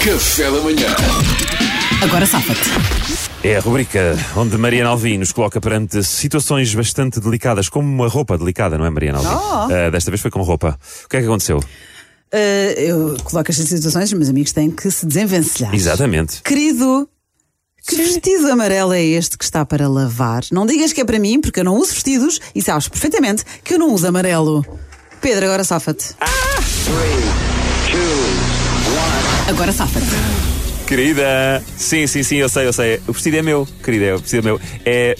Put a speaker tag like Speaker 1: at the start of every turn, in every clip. Speaker 1: Café da manhã.
Speaker 2: Agora safa-te.
Speaker 3: É a rubrica onde Mariana Alvim nos coloca perante situações bastante delicadas, como uma roupa delicada, não é, Mariana Alvim?
Speaker 2: Oh.
Speaker 3: Ah, desta vez foi com roupa. O que é que aconteceu?
Speaker 2: Uh, eu coloco estas situações, meus amigos têm que se desenvencilhar.
Speaker 3: Exatamente.
Speaker 2: Querido, que vestido amarelo é este que está para lavar? Não digas que é para mim, porque eu não uso vestidos e sabes perfeitamente que eu não uso amarelo. Pedro, agora safa-te. Agora safa-te.
Speaker 3: Querida! Sim, sim, sim, eu sei, eu sei. O vestido é meu, querida, é o vestido é meu. É.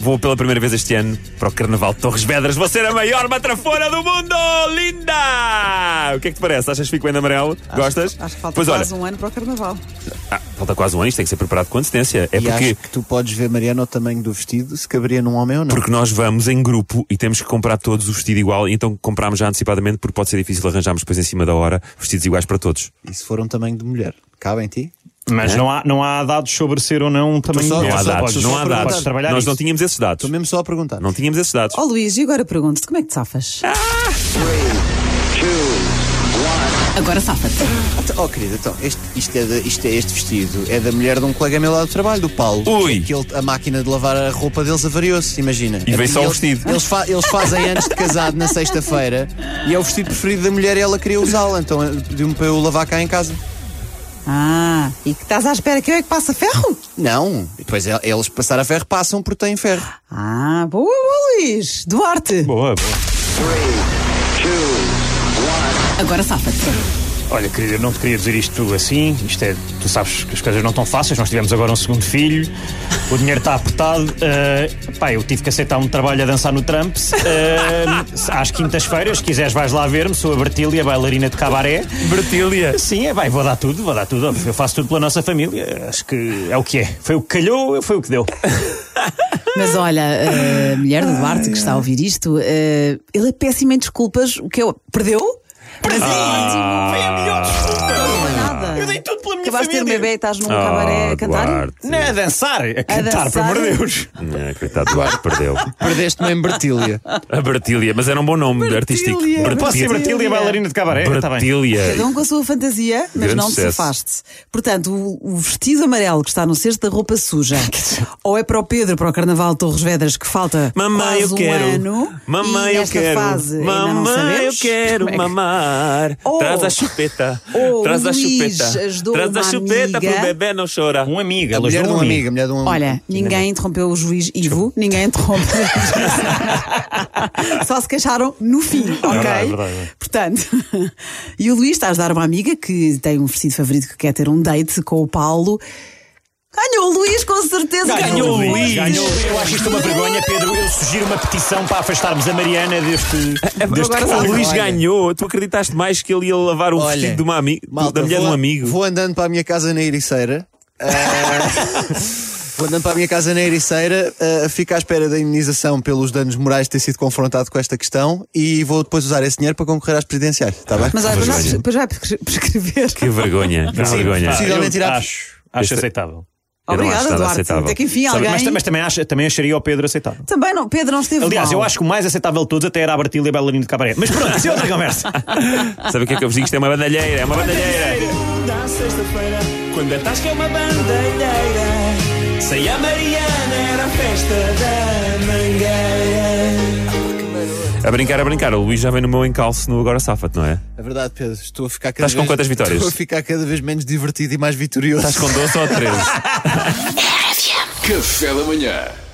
Speaker 3: Vou pela primeira vez este ano para o Carnaval de Torres Vedras. Você é a maior matrafona do mundo! Linda! O que é que te parece? Achas que fico bem de amarelo? Gostas?
Speaker 2: Acho que falta
Speaker 3: pois
Speaker 2: quase
Speaker 3: olha,
Speaker 2: um ano para o carnaval.
Speaker 3: ah, falta quase um ano, isto tem que ser preparado com antecedência. É
Speaker 4: E
Speaker 3: porque.
Speaker 4: acho que tu podes ver, Mariana, o tamanho do vestido, se caberia num homem ou não.
Speaker 3: Porque nós vamos em grupo e temos que comprar todos o vestido igual, e então comprámos já antecipadamente, porque pode ser difícil arranjarmos depois em cima da hora vestidos iguais para todos.
Speaker 4: E se for um tamanho de mulher, cabe em ti?
Speaker 5: Mas
Speaker 3: É?
Speaker 5: não há, não há dados sobre ser ou não um tamanho
Speaker 4: só-
Speaker 5: de
Speaker 3: Não há
Speaker 4: Podes-
Speaker 3: dados,
Speaker 4: podes-
Speaker 3: não há
Speaker 4: podes
Speaker 3: dados.
Speaker 5: trabalhar
Speaker 3: Nós não
Speaker 5: isso.
Speaker 3: tínhamos esses dados.
Speaker 4: Estou mesmo só a perguntar.
Speaker 3: Não tínhamos esses dados.
Speaker 2: Ó Luís, e agora pergunto-te como é que te safas? Agora safa-te.
Speaker 4: Oh, querida, então, este, isto é de- isto é- este vestido é da mulher de um colega meu lá do trabalho, do Paulo.
Speaker 3: Ui.
Speaker 4: Que ele- a máquina de lavar a roupa deles avariou-se, imagina.
Speaker 3: E veio só o
Speaker 4: Eles-
Speaker 3: vestido.
Speaker 4: Eles, fa- eles fazem anos de casado na sexta-feira e é o vestido preferido da mulher e ela queria usá-lo, então eh, pediu-me para eu lavar cá em casa.
Speaker 2: Ah, e que estás à espera que eu é que passe ferro?
Speaker 4: Não, e depois eh, eles passar a ferro passam porque têm ferro.
Speaker 2: Ah, boa, boa, Luís. Duarte.
Speaker 3: Boa, boa.
Speaker 2: Agora safa-te.
Speaker 5: Olha, querido, eu não te queria dizer isto assim. Isto é, tu sabes que as coisas não estão fáceis. Nós tivemos agora um segundo filho, o dinheiro está apertado. Uh, pá, eu tive que aceitar um trabalho a dançar no Trumps. Uh, às quintas-feiras, se quiseres, vais lá ver-me. Sou a Bertília, bailarina de cabaré.
Speaker 3: Bertília.
Speaker 5: Sim, é bem, vou dar tudo, vou dar tudo. Eu faço tudo pela nossa família. Acho que é o que é. Foi o que calhou, foi o que deu.
Speaker 2: Mas olha, a mulher do Duarte que está a ouvir isto, eh, ele é péssimo em desculpas. O que é? Perdeu? Perdeu!
Speaker 3: Ah.
Speaker 5: Foi a melhor desculpa.
Speaker 2: Não é nada.
Speaker 5: Eu dei tudo pela minha
Speaker 2: Acabaste de ter um
Speaker 5: família.
Speaker 2: bebê e estás num cabaré a cantar?
Speaker 3: Ah, Duarte.
Speaker 5: Não é a dançar, é cantar,
Speaker 2: dançar.
Speaker 5: por amor de Deus.
Speaker 3: Ah, coitado, Duarte perdeu.
Speaker 4: Perdeste-me em Bertília.
Speaker 3: A Bertília, mas era um bom nome artístico.
Speaker 5: Posso ser Bertília, bailarina de cabaré?
Speaker 3: Tá
Speaker 5: Está bem.
Speaker 3: Bertília.
Speaker 2: Cada um com a sua fantasia, mas
Speaker 3: Grande
Speaker 2: não
Speaker 3: sucesso.
Speaker 2: te safaste. Portanto, o, o vestido amarelo que está no cesto da roupa suja, ou é para o Pedro, para o Carnaval de Torres Vedras, que falta
Speaker 3: Mamãe,
Speaker 2: quase
Speaker 3: eu
Speaker 2: um
Speaker 3: quero.
Speaker 2: ano.
Speaker 3: Mamãe,
Speaker 2: e
Speaker 3: eu
Speaker 2: nesta
Speaker 3: quero.
Speaker 2: Fase, ainda não
Speaker 3: Mamãe, eu
Speaker 2: sabemos
Speaker 3: quero
Speaker 2: como é que-
Speaker 3: mamar.
Speaker 2: Oh.
Speaker 3: Traz a chupeta.
Speaker 2: Oh,
Speaker 3: Traz a
Speaker 2: o Luís
Speaker 3: chupeta.
Speaker 2: ajudou
Speaker 3: Traz a
Speaker 2: uma
Speaker 3: chupeta
Speaker 2: amiga.
Speaker 3: pro bebê não chorar.
Speaker 5: Um amigo,
Speaker 4: A
Speaker 5: elas
Speaker 4: mulher de
Speaker 5: dão
Speaker 4: um amigo, a mulher de um amigo.
Speaker 2: Olha, ninguém interrompeu o juiz Ivo, ninguém interrompe. Só se queixaram no fim, ok?
Speaker 5: É verdade, verdade.
Speaker 2: Portanto, e o Luís está a ajudar uma amiga que tem um vestido favorito que quer ter um date com o Paulo. Ganhou o Luís, com certeza.
Speaker 3: Ganhou o Luís.
Speaker 5: Ganhou o Luís. Eu acho isto uma vergonha, Pedro. Eu sugiro uma petição para afastarmos a Mariana deste.
Speaker 3: É,
Speaker 4: É,
Speaker 5: deste
Speaker 2: agora
Speaker 3: O
Speaker 2: Olha,
Speaker 3: Luís
Speaker 4: olha.
Speaker 3: ganhou. Tu acreditaste mais que ele ia lavar o
Speaker 4: Olha,
Speaker 3: vestido de uma ami-
Speaker 4: Malta,
Speaker 3: da mulher
Speaker 4: vou,
Speaker 3: de um amigo?
Speaker 4: Vou andando para a minha casa na Ericeira. Ah, vou andando para a minha casa na Ericeira. ah, fico à espera da indenização pelos danos morais de ter sido confrontado com esta questão e vou depois usar esse dinheiro para concorrer às presidenciais. Está bem?
Speaker 2: Mas olha,
Speaker 3: Mas
Speaker 2: depois vai-
Speaker 3: olha.
Speaker 2: depois vai prescri- é prescrever.
Speaker 3: Que vergonha, que vergonha.
Speaker 4: sim. Possivelmente
Speaker 5: eu
Speaker 4: irá-
Speaker 5: Acho, acho
Speaker 3: é, Este- Eu
Speaker 5: aceitável.
Speaker 3: não acho
Speaker 2: Obrigada,
Speaker 3: nada
Speaker 2: Duarte.
Speaker 3: aceitável.
Speaker 2: Até que enfim,
Speaker 5: Sabe,
Speaker 2: alguém.
Speaker 5: mas, mas também, acho, também acharia o Pedro aceitável.
Speaker 2: Também não, Pedro não esteve
Speaker 5: Aliás,
Speaker 2: mal.
Speaker 5: eu acho que o mais aceitável de todos até era a Bertilha e Bailarino de Cabaré. Mas pronto, isso é outra conversa.
Speaker 3: Sabe o que é que eu vos digo? Isto é uma bandalheira, é uma bandalheira.
Speaker 6: Da sexta-feira, quando a tasca é uma bandeira. Sem a Mariana era a festa da mangueira.
Speaker 3: A brincar, a brincar. O Luís já vem no meu encalço no Agora Safa-te, não é?
Speaker 4: É verdade, Pedro. Estou a ficar cada
Speaker 3: Estás com
Speaker 4: vez-
Speaker 3: quantas vitórias?
Speaker 4: Estou a ficar cada vez menos divertido e mais vitorioso.
Speaker 3: Estás com 12 ou 13?
Speaker 1: Café da manhã.